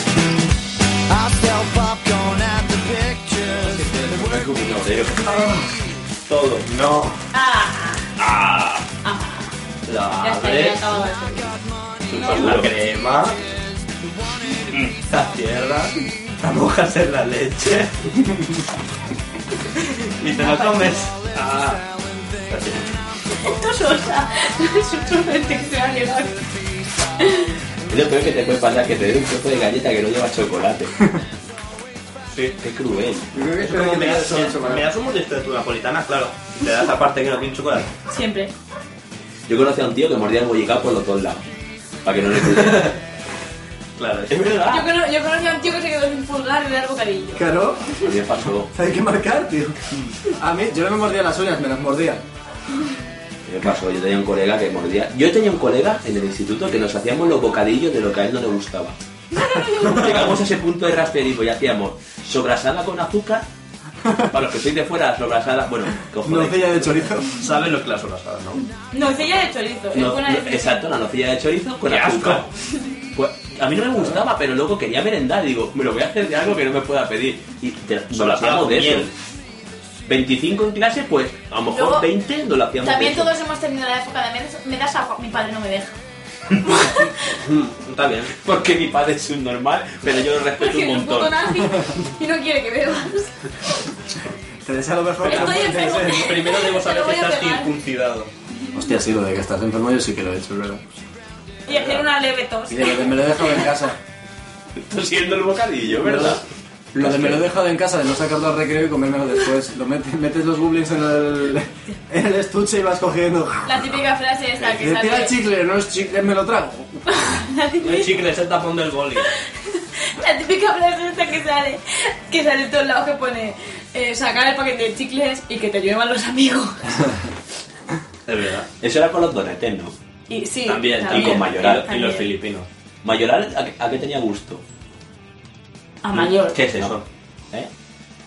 I sell popcorn at the pictures. Todo. No. Ah. Ah. Ya La está, ya abres, acabo de hacer. chupas la crema, mm, la cierras, la mojas en la leche y te la comes. Ah. Así. Esto es osa. Es un transexualidad. Es lo peor que te puede pasar que te dé un trozo de galleta que no lleva chocolate. Sí. Qué cruel. Es como me, das, me, me das un mordisco de tu napolitana, claro. Y te das la parte que no tiene chocolate. Siempre. Yo conocí a un tío que mordía el bollicao por los dos lados. Para que no le pudiera. Claro, es verdad. Yo, cono yo conocí a un tío que se quedó sin pulgar y le da el bocadillo. Claro, A mí me pasó. hay que marcar, tío. A mí, yo no me mordía las uñas, me las mordía. a mí Me pasó. Yo tenía un colega que mordía. Yo tenía un colega en el instituto que nos hacíamos los bocadillos de lo que a él no le gustaba. Llegamos a ese punto de rasperismo y hacíamos sobrasada con azúcar. Para los que sois de fuera, sobrasada. Bueno, cojones. Nocilla de chorizo. Sabes lo que las horas saben, ¿no? Nocilla de chorizo. No, es buena no, definición. exacto, la nocilla de chorizo con Qué asco. azúcar. Pues, a mí no me gustaba, pero luego quería merendar. Digo, me lo voy a hacer de algo que no me pueda pedir. Y te, nos lo hacíamos de eso. Miel. 25 en clase, pues a lo mejor Luego, 20 no lo hacíamos También de eso. todos hemos tenido la época de me das, me das agua. Mi padre no me deja. Mm, Está bien. Porque mi padre es un normal, pero yo lo respeto Porque Pues un es un puto montón. nazi y no quiere que bebas. Te deseo lo mejor. Estoy pero- enfermo. Primero debo saber Te lo que voy a estás pegar. circuncidado. Hostia, sí, lo de que estás enfermo yo sí que lo he hecho, es verdad. Y hacer una leve tos. Y de lo de me lo he dejado en casa. Tú siendo el bocadillo, ¿verdad? Lo de me lo he dejado en casa, de no sacarlo al recreo y comérmelo después. Lo metes, metes los goblins en el, en el estuche y vas cogiendo. La típica frase esta que De tira el sale. chicle, no es chicle, me lo trago. La El típica, chicle es el tapón del boli. la típica frase esta que sale. Que sale en todos lados que pone eh, sacar el paquete de chicles y que te lluevan los amigos. Es verdad. Eso era con los donetes, ¿no? Y sí. También, y con Y mayoral. los También. filipinos. Mayoral, ¿a, qué- a qué tenía gusto? A mayor. ¿Qué es eso? ¿Eh?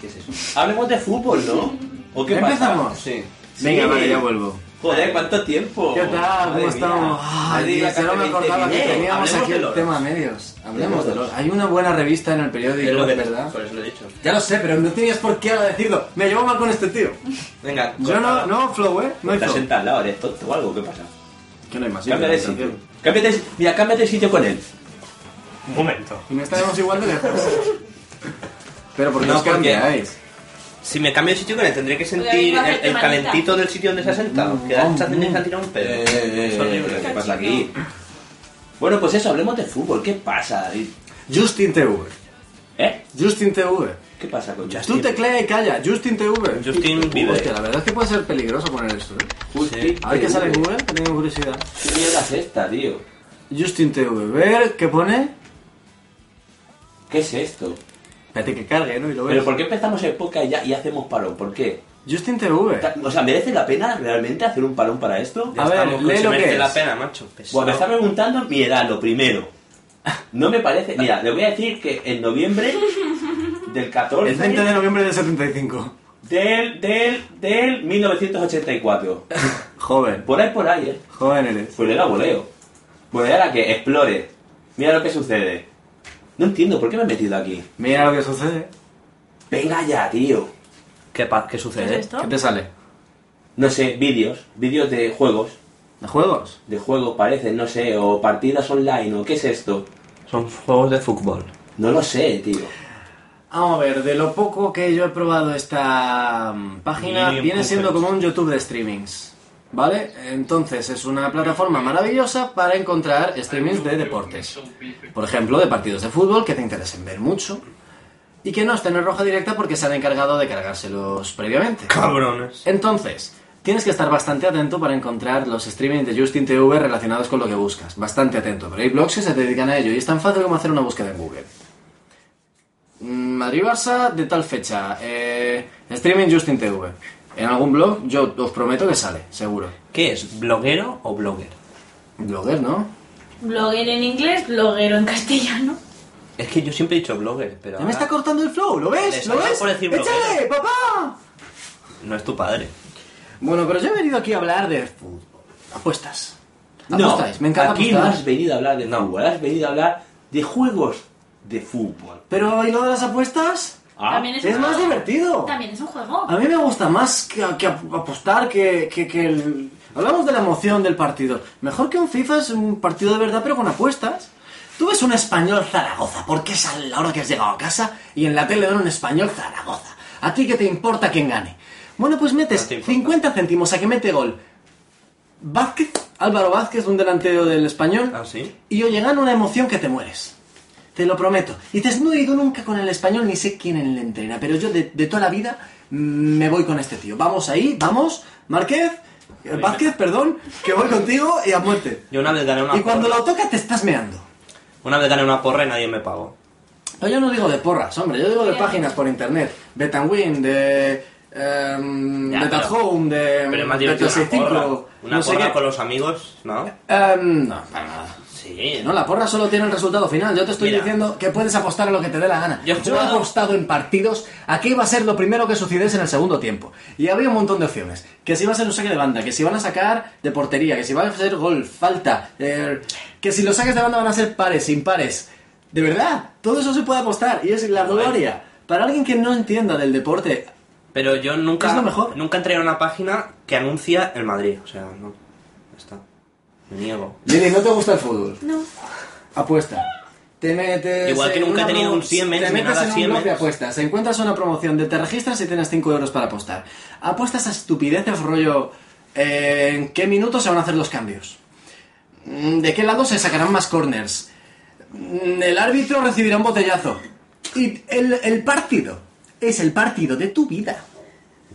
¿Qué es eso? Hablemos de fútbol, ¿no? ¿O qué ¿Ya pasa? empezamos? Sí. Venga, Sí. vale, ya vuelvo. Joder, ¿cuánto tiempo? ¿Qué tal? Madre ¿Cómo mía. estamos? Madre Ay, mía, Dios, ya no me hace 20 acordaba que minutos. teníamos Hablemos aquí de el LOL. tema medios. Hablemos de De LOL. LOL. Hay una buena revista en el periódico, Es lo que ¿verdad? Por eso lo he dicho. Ya lo sé, pero no tenías por qué ahora decirlo. Me llevo mal con este tío. Venga, Yo corta. no, no, flow, eh. No hay ¿Estás flow. sentado al lado? ¿Eres tonto o algo? ¿Qué pasa? Que no hay más. sí, Cámbiate de pero- sitio. Cámbiate, de- mira, cámbiate de sitio con él. Un momento. Y no estaremos igual de lejos. Pero porque No, nos porque- cambiáis. Si me cambio de sitio con él, tendré que sentir Lo de el, el manita. calentito del sitio donde se ha sentado. Mm, Que da mm, sensación de mm. que se ha tirado un pedo. Eh, eh, Es eh, horrible. ¿Qué pasa aquí? Bueno, pues eso, hablemos de fútbol. ¿Qué pasa, David? Justin TV. ¿Eh? Justin TV. ¿Qué pasa con Tú Justin? teclea y calla. Justin TV. Justin Uh, vive. Hostia, la verdad es que puede ser peligroso poner esto, eh. Justin. A ver qué sale en Google, que tengo curiosidad. ¿Qué mierda es esta, tío? Justin TV. Ver qué pone. ¿Qué es esto? Espérate que cargue, ¿no? Y lo Pues- ves. ¿Pero por qué empezamos el podcast ya y hacemos parón? ¿Por qué? Justin TV. Ta- O sea, ¿merece la pena realmente hacer un parón para esto? A ver, Estamos con lee se lo merece que es. la pena, macho. Bueno, me está preguntando mi edad, lo primero. No me parece. Mira, le voy a decir que en noviembre del 14 El 20 de noviembre del 75. del, del, del 1984. Joven. Por ahí, por ahí, eh. Joven eres. Pues le da voleo. Bueno, y ahora que explore. Mira lo que sucede. No entiendo por qué me he metido aquí. Mira lo que sucede. Venga ya, tío. ¿Qué, pa- qué ¿Qué sucede? es esto? Eh, ¿Qué te sale? No sé, vídeos. Vídeos de juegos. ¿De juegos? De juegos parece, no sé. O partidas online, o qué es esto. Son juegos de fútbol. No lo sé, tío. Vamos Ah, a ver, de lo poco que yo he probado esta mm, página, Bien, viene siendo perfecto. como un YouTube de streamings. ¿Vale? Entonces es una plataforma maravillosa para encontrar streamings de deportes. Por ejemplo, de partidos de fútbol que te interesen ver mucho y que no estén en roja directa porque se han encargado de cargárselos previamente. Cabrones. Entonces, tienes que estar bastante atento para encontrar los streamings de Justin TV relacionados con lo que buscas. Bastante atento, pero hay blogs que se dedican a ello y es tan fácil como hacer una búsqueda en Google. Madrid-Barça de tal fecha. Eh, streaming Justin TV. En algún blog yo os prometo que sale, seguro. ¿Qué es? ¿Bloguero o blogger? Blogger, ¿no? Blogger en inglés, bloguero en castellano. Es que yo siempre he dicho blogger, pero Ya me ahora está cortando el flow, ¿lo Les ves? ¿Lo falta ves? por decir ¡Échale, bloguero. papá! no es tu padre. Bueno, pero yo he venido aquí a hablar de fútbol. Apuestas. No, Apuestas, me encanta aquí no apostar. has venido a hablar de fútbol, has venido a hablar de juegos de fútbol. Pero ¿y lo de las apuestas? Ah, También Es, es, un más juego. divertido. Ah, También es un juego. A mí me gusta más que, que ap- apostar, que, que, que el... Hablamos de la emoción del partido. Mejor que un FIFA es un partido de verdad, pero con apuestas. Tú ves un español Zaragoza, porque es a la hora que has llegado a casa y en la tele dan un español Zaragoza. ¿A ti qué te importa quién gane? Bueno, pues No metes te importa. 50 céntimos a que mete gol. Vázquez, Álvaro Vázquez, un delantero del español. Ah, ¿sí? Y oye, gana una emoción que te mueres. Te lo prometo. Y dices, no he ido nunca con el español ni sé quién le entrena, pero yo de, de toda la vida mm, me voy con este tío. Vamos ahí, vamos, Márquez, eh, Vázquez, perdón, que voy contigo y a muerte. Yo una vez gané una Y cuando porra. lo toca te estás meando. Una vez gané una porra y nadie me pagó. No, yo no digo de porras, hombre, yo digo de páginas por internet. Bet and Win, de... em, Ya, Bet at pero- Home, de... Pero es más Bet divertido una 365, porra. Una no sé porra qué. con los amigos, ¿no? Em, no, para nada. Sí. No, la porra solo tiene el resultado final. Yo te estoy Mira. diciendo que puedes apostar a lo que te dé la gana. Yo Yo, he he jugado- apostado en partidos a qué iba a ser lo primero que sucediese en el segundo tiempo. Y había un montón de opciones. Que si iba a ser un saque de banda, que si van a sacar de portería, que si va a ser gol, falta, eh, que si los saques de banda van a ser pares, impares. De verdad, todo eso se puede apostar y es la Guay. gloria. Para alguien que no entienda del deporte, Pero yo nunca. Es lo mejor. Nunca entré a una página que anuncia el Madrid. O sea, no. Ya está. Me niego. Lili, ¿no te gusta el fútbol? No. Apuesta. Te metes. Igual que en nunca he una tenido un promo- Siemens Te ni metes nada en un Siemens. blog de apuestas. Encuentras una promoción, de- te registras y tienes 5 euros para apostar. Apuestas a estupideces rollo. eh, ¿En qué minutos se van a hacer los cambios? Mm, ¿De qué lado se sacarán más corners? Mm, El árbitro recibirá un botellazo. Y el, el partido. Es el partido de tu vida.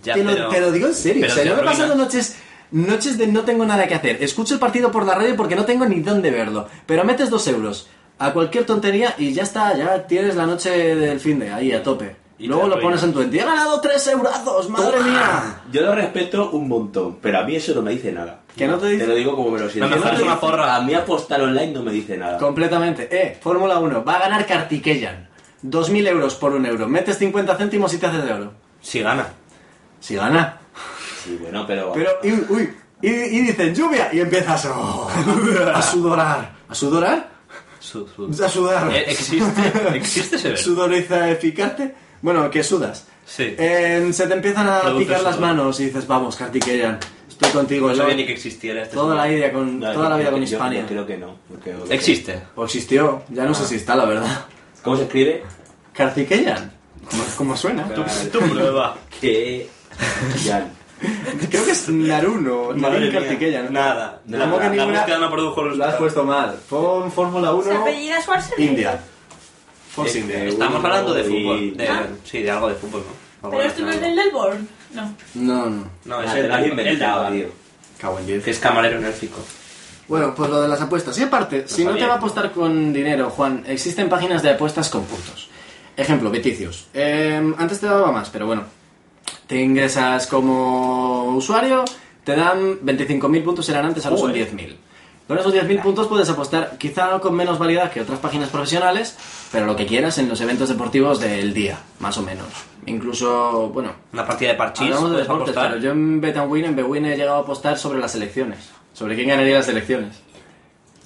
Ya, te, lo, pero- te lo digo en serio. O pero sea, te yo me he pasado arruinas. noches, noches de no tengo nada que hacer. Escucho el partido por la radio porque no tengo ni dónde verlo. Pero metes dos euros a cualquier tontería y ya está, ya tienes la noche del fin de ahí a tope. Y te Y luego lo arruinas. pones en tu enti. ¡He ganado tres eurazos! ¡Madre mía! Yo lo respeto un montón, pero a mí eso no me dice nada. ¿Que no te dice? Te lo digo como me lo siento. No me jodas, una porra. A mí apostar online no me dice nada. Completamente. Eh, Fórmula 1. Va a ganar Kartikeyan. 2.000 euros por un euro. Metes 50 céntimos y te haces de oro. Si gana. Si gana. Sí, bueno, pero... Pero, y, uy, y, y dicen lluvia y empiezas oh, a sudorar. ¿A sudorar? Su- su- A sudar. Eh, Existe. Existe ese verbo. Sudoriza eficarte. Bueno, que sudas. Sí. Eh, se te empiezan a Produce picar las sudor. manos y dices, vamos, Kartikeyan, estoy contigo. No yo". sabía ni que existiera este. toda la señor. vida con, No, toda yo la vida creo con que- yo- Hispania. Yo creo que no. yo creo que- Existe. O existió, ya no Ah. sé si está, la verdad. ¿Cómo se escribe? Kartikeyan. Como, como suena. Tú prueba. Que... Yan. Creo que es Naruno. Madre Narin mía. Kartikeyan. Nada. Nada. nada. que La ninguna- búsqueda no produjo Lo has resultados. puesto mal. Pon Fórmula 1. ¿Se apellida Schwarzenegger? India. Force Eh, India. Estamos hablando de y- fútbol. de- Ah. Sí, de algo de fútbol, ¿no? Algo Pero esto no es del relacionado. Delborn. No. No, no. No, Ah, es te el lo has el inventado, del- tío. Cago en diez. Que es camarero enérgico. Bueno, pues lo de las apuestas. Y aparte, si no sabía. te va a apostar con dinero, Juan, existen páginas de apuestas con puntos. Ejemplo, Beticios. Eh, antes te daba más, pero bueno. Te ingresas como usuario, te dan 25.000 puntos, eran antes, ahora son Joder. 10.000. Con esos 10.000 puntos puedes apostar, quizá con menos validad que otras páginas profesionales, pero lo que quieras en los eventos deportivos del día, más o menos. Incluso, bueno, Una partida de parchís. hablamos de puedes deportes, apostar. pero yo en Betanwin, en Bewin he llegado a apostar sobre las elecciones, sobre quién ganaría las elecciones.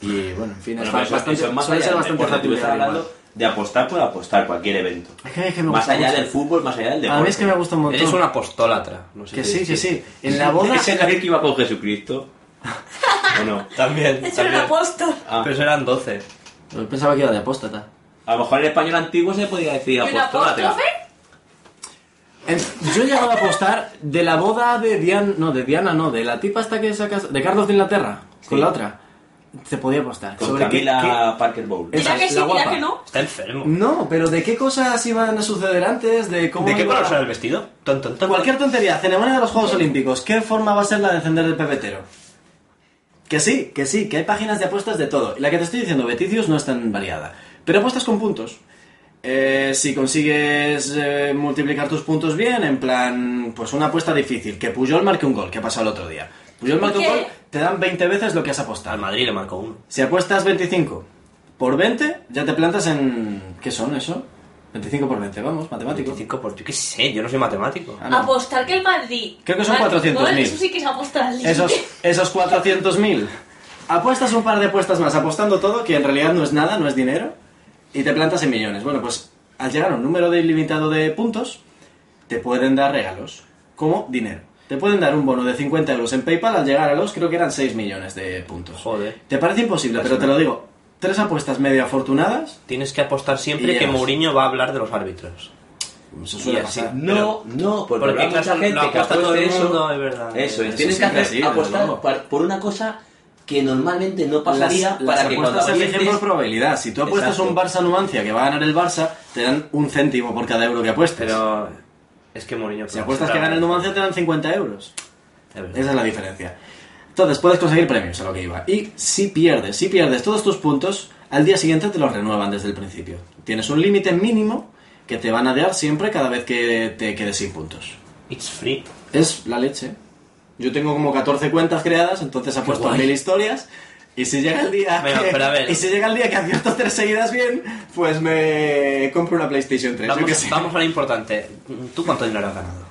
Y bueno, en fin, Bueno, es pero eso- bastante, eso es más suele allá ser del bastante deporte, tú fácil de estás hablando averiguar. de apostar por apostar cualquier evento. Es que- es que me Más gusta allá mucho. del fútbol, más allá del deporte. A mí es que me gusta un montón. Eres un apostólatra. No sé Que qué sí, que decir. sí. En la boda... ¿Ese es el que iba con Jesucristo? ¿O no? También, Es un también. apóstol. Ah, Pero eso eran 12. Yo pensaba que iba de apóstata. a lo mejor en español antiguo se podía decir ¿Y un apostólatra. apóstrofe? En- Yo he llegado a apostar de la boda de Diana, no, de Diana no, de la tipa hasta que sacas, de Carlos de Inglaterra, con Sí. la otra. Se podía apostar. Con Sobre qué- Camila Parker Bowl. Esa Mira es que sí, la mira guapa. que no. Está enfermo. qué- No, pero de qué cosas iban a suceder antes, de cómo... ¿De qué iba- color será el vestido? Ton, ton, ton. Cualquier tontería, ceremonia de los Juegos Olímpicos, ¿qué forma va a ser la de encender el pepetero? Que sí, que sí, que hay páginas de apuestas de todo. Y la que te estoy diciendo, Beticius, no es tan variada. Pero apuestas con puntos. Eh, si consigues eh, multiplicar tus puntos bien, en plan, pues una apuesta difícil, que Puyol marque un gol, que ha pasado el otro día. Puyol marque un ¿Qué? gol, te dan 20 veces lo que has Al apostado. Madrid le marcó uno. Si apuestas 25 por 20, ya te plantas en... ¿Qué son eso? 25 por 20, vamos, matemático. 25 por... Yo qué sé, yo no soy matemático. Ah, no. Apostar que el Madrid. Creo que son marque un 400.000. gol, Eso sí que es apostar al límite. Esos, esos 400.000. Apuestas un par de apuestas más, apostando todo, que en realidad no es nada, no es dinero, y te plantas en millones. Bueno, pues al llegar a un número de ilimitado de puntos, te pueden dar regalos, como dinero. Te pueden dar un bono de 50 euros en PayPal, al llegar a los creo que eran 6 millones de puntos. Joder. Te parece imposible, pero te lo digo. Tres apuestas medio afortunadas, Tienes que apostar Y siempre que llegas. Mourinho va a hablar de los árbitros. pues eso suele Y así. pasar. No, no, porque, porque habrá mucha claro, gente lo que apuesta apueste todo el eso. mundo, es verdad. Eso es, Eso tienes es que hacer, increíble, apostar ¿no? par- por una cosa que normalmente no pasaría Las- para las que cuando apuestas se rigen avientes- por probabilidad. Si tú apuestas Exacto. un Barça-Numancia que va a ganar el Barça, te dan un céntimo por cada euro que apuestes. Pero... Es que Mourinho... Si apuestas que gana el Numancia te dan 50 euros. Es verdad. Esa es la diferencia. Entonces puedes conseguir premios a lo que iba. Y si pierdes, si pierdes todos tus puntos, al día siguiente te los renuevan desde el principio. Tienes un límite mínimo que te van a dar siempre cada vez que te quedes sin puntos. It's free. Es la leche. Yo tengo como 14 cuentas creadas, entonces apuesto a guay. mil historias. Y si llega el día Venga, que, pero a ver. y si llega el día que acierto tres seguidas bien, pues me compro una PlayStation 3. yo, qué Vamos, sé. vamos a lo importante. ¿Tú cuánto dinero has ganado?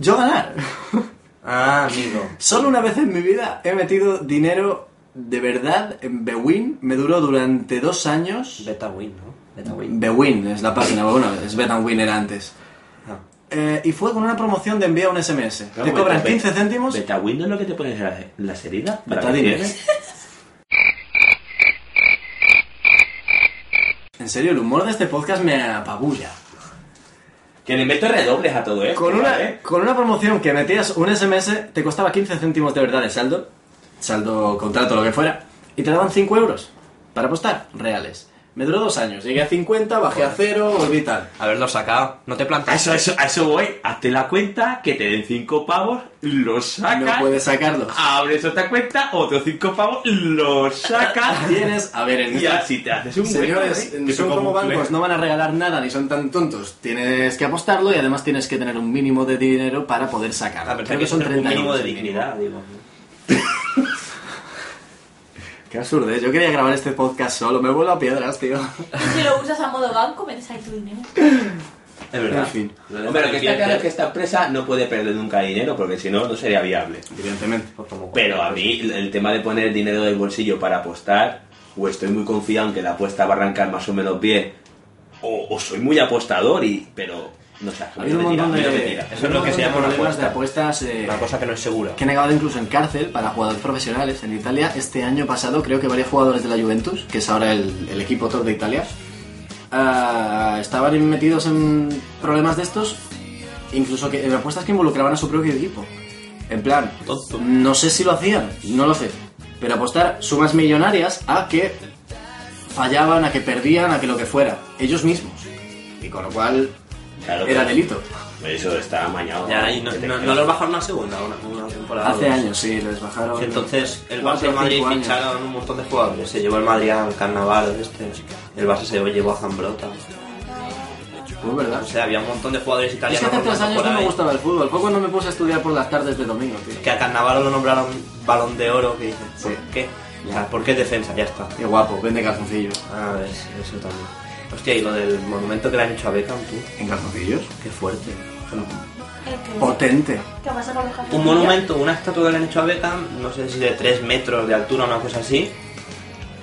yo ganar. Ah, amigo. Solo una vez en mi vida he metido dinero de verdad en Bewin. Me duró durante dos años. Beta Win, ¿no? Beta Win. Bewin es la página, bueno, es Betawin era antes. Ah. Eh, y fue con una promoción de envía un SMS. Claro, te cobran beta- 15 céntimos. Beta Windows es lo que te pones en la- en las heridas. para que Betadine. cierres. En serio, el humor de este podcast me apabulla. Que le meto redobles a todo esto. Con una, ¿vale? con una promoción que metías un SMS, te costaba 15 céntimos de verdad de saldo, saldo, contrato, lo que fuera, y te daban 5 euros para apostar, reales. Me duró dos años, llegué a 50, bajé a cero, volví tal. Haberlo sacado. No te A plantas. eso, a eso, a eso voy. Hazte la cuenta, que te den 5 pavos, los sacas. No puedes sacarlo. Ah. Abres otra cuenta, otros 5 pavos, los sacas. Tienes, a ver, en y así te haces un hueco, Señores, ¿eh? Que son como bancos, no van a regalar nada ni son tan tontos. Tienes que apostarlo y además tienes que tener un mínimo de dinero para poder La sacarlo. verdad Creo que que son es un 30 mínimo euros de el mínimo. dignidad, digo. Qué absurdo, ¿eh? Yo quería grabar este podcast solo, me vuelvo a piedras, tío. Si lo usas a modo banco, metes ahí tu dinero. Es verdad. En fin. Hombre, lo que está claro es que esta empresa no puede perder nunca dinero porque si no, no sería viable. Evidentemente. Pues como Pero a mí el tema de poner dinero del bolsillo para apostar, o estoy muy confiado en que la apuesta va a arrancar más o menos bien, o, o soy muy apostador y... pero... No sé, Hay un montón de, mentira, mentira. Eso es lo que se llama una problemas apuesta. de apuestas eh, Una cosa que no es segura. que han acabado incluso en cárcel para jugadores profesionales. En Italia, este año pasado, creo que varios jugadores de la Juventus, que es ahora el, el equipo top de Italia, ah, estaban metidos en problemas de estos, incluso que, en apuestas que involucraban a su propio equipo. En plan, Tonto. no sé si lo hacían, no lo sé, pero apostar sumas millonarias a que fallaban, a que perdían, a que lo que fuera, ellos mismos. Y con lo cual Claro, era pero- delito. Eso está amañado. Ya, y no, Que te no, creas. no los bajaron una segunda, una, una temporada. Hace dos. años, sí, les bajaron. Y entonces el Barça y cuatro el o Madrid cinco años. ficharon un montón de jugadores. Se llevó el Madrid al carnaval este. El Barça se llevó a Zambrota. Pues verdad. O sea, había un montón de jugadores Es que italianos. hace tres rondando años por no me ahí. gustaba el fútbol. Fue cuando me puse a estudiar por las tardes de domingo, tío. Que a Carnaval lo nombraron balón de oro. Que dicen, ¿por Sí. qué? O sea, ¿por qué es defensa? Ya está. Qué guapo, vende calzoncillos. Ah, ves, eso también. Hostia, y lo del monumento que le han hecho a Beckham, tú. ¿En calzoncillos? Qué fuerte. El que- Potente. ¿Qué pasa con los calzoncillos? Un monumento, una estatua que le han hecho a Beckham, no sé si de 3 metros de altura o una cosa así,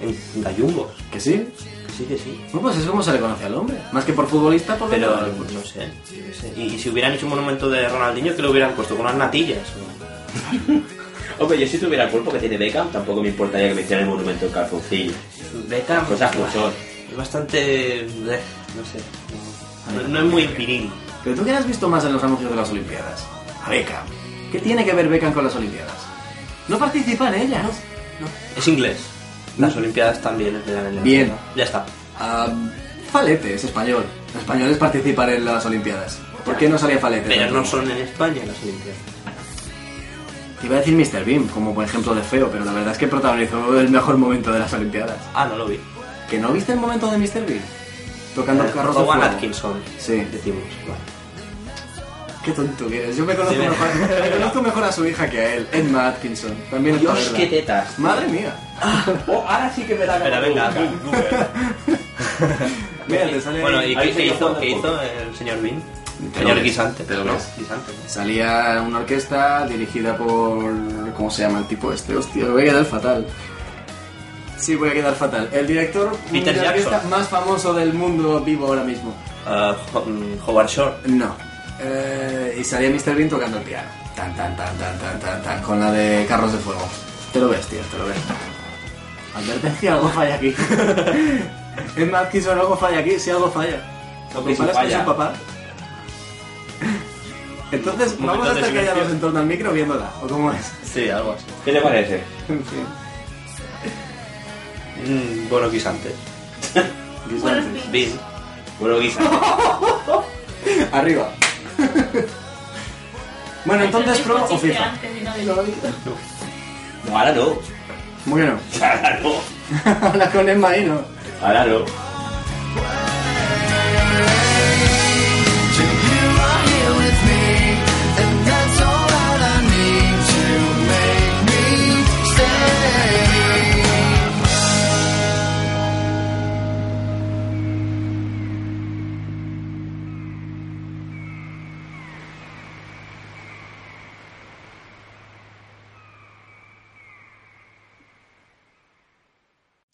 en gallumbos. ¿Que sí? Que sí, que sí. No, pues es como se le conoce al hombre. Más que por futbolista, por Pero vendedor. no sé. no sé. Y, y si hubieran hecho un monumento de Ronaldinho, que lo hubieran puesto con unas natillas. o- Hombre, yo si tuviera el cuerpo que tiene Beckham, tampoco me importaría que me hicieran el monumento en calzoncillo. Beckham. Cosas como son. Es bastante. eh, No sé. No, no es muy viril. Pero tú qué has visto más en los anuncios de las Olimpiadas? A Beckham. ¿Qué tiene que ver Beckham con las Olimpiadas? No participa en ellas. Es inglés. Las Olimpiadas también le dan el Bien. Ya está. Ah, Falete es español. Los españoles participan en las Olimpiadas. ¿Por qué no salía Falete? Pero no son en España las Olimpiadas. Te iba a decir Mr. Bean como por ejemplo de feo, pero la verdad es que protagonizó el mejor momento de las Olimpiadas. Ah, no lo vi. ¿Que no viste el momento de Mr. Bean? Tocando Eh, carros de Rowan fuego. Atkinson. Sí. Decimos. Vale. Qué tonto que eres. Yo me conozco, Sí, mejor, me- me conozco mejor a su hija que a él. Emma Atkinson. También Dios, está qué verla. tetas. Madre mía. Oh, ahora sí que me da Espera, venga. Mira, te sale Bueno, ahí. ¿y Ahí qué, se qué hizo, llama qué Juan hizo el señor Bean? Te lo Señor ves. guisante, Te pero lo no. ves. Guisante. ¿no? Salía una orquesta dirigida por... ¿Cómo se llama el tipo este? Hostia, voy a quedar fatal. Sí, voy a quedar fatal. El director Peter el Jackson. artista más famoso del mundo vivo ahora mismo. Ah, Ho- mm, Howard Shore. No. Eh, y salía Mr. Bean tocando el piano. Tan, tan, tan, tan, tan, tan, tan, con la de Carros de Fuego. Te lo ves, tío, te lo ves. Advertencia, algo falla aquí. es más, quiso algo falla aquí, si algo falla. Lo Lo que sí comparas con falla. su papá. Entonces, Momento vamos a de estar silencio. callados en torno al micro viéndola, ¿o cómo es? Sí, algo así. ¿Qué te parece? En fin. Mm, bueno, guisante. Buenos días. Guisantes. Bean. Bueno, guisante. Arriba. bueno, entonces, pro o Chiste FIFA. antes y no del oído. No, ahora no. Bueno, Ahora no. habla con Emma ahí, ¿no? Ahora no. You are here with me, and that's all that I need to make me stay.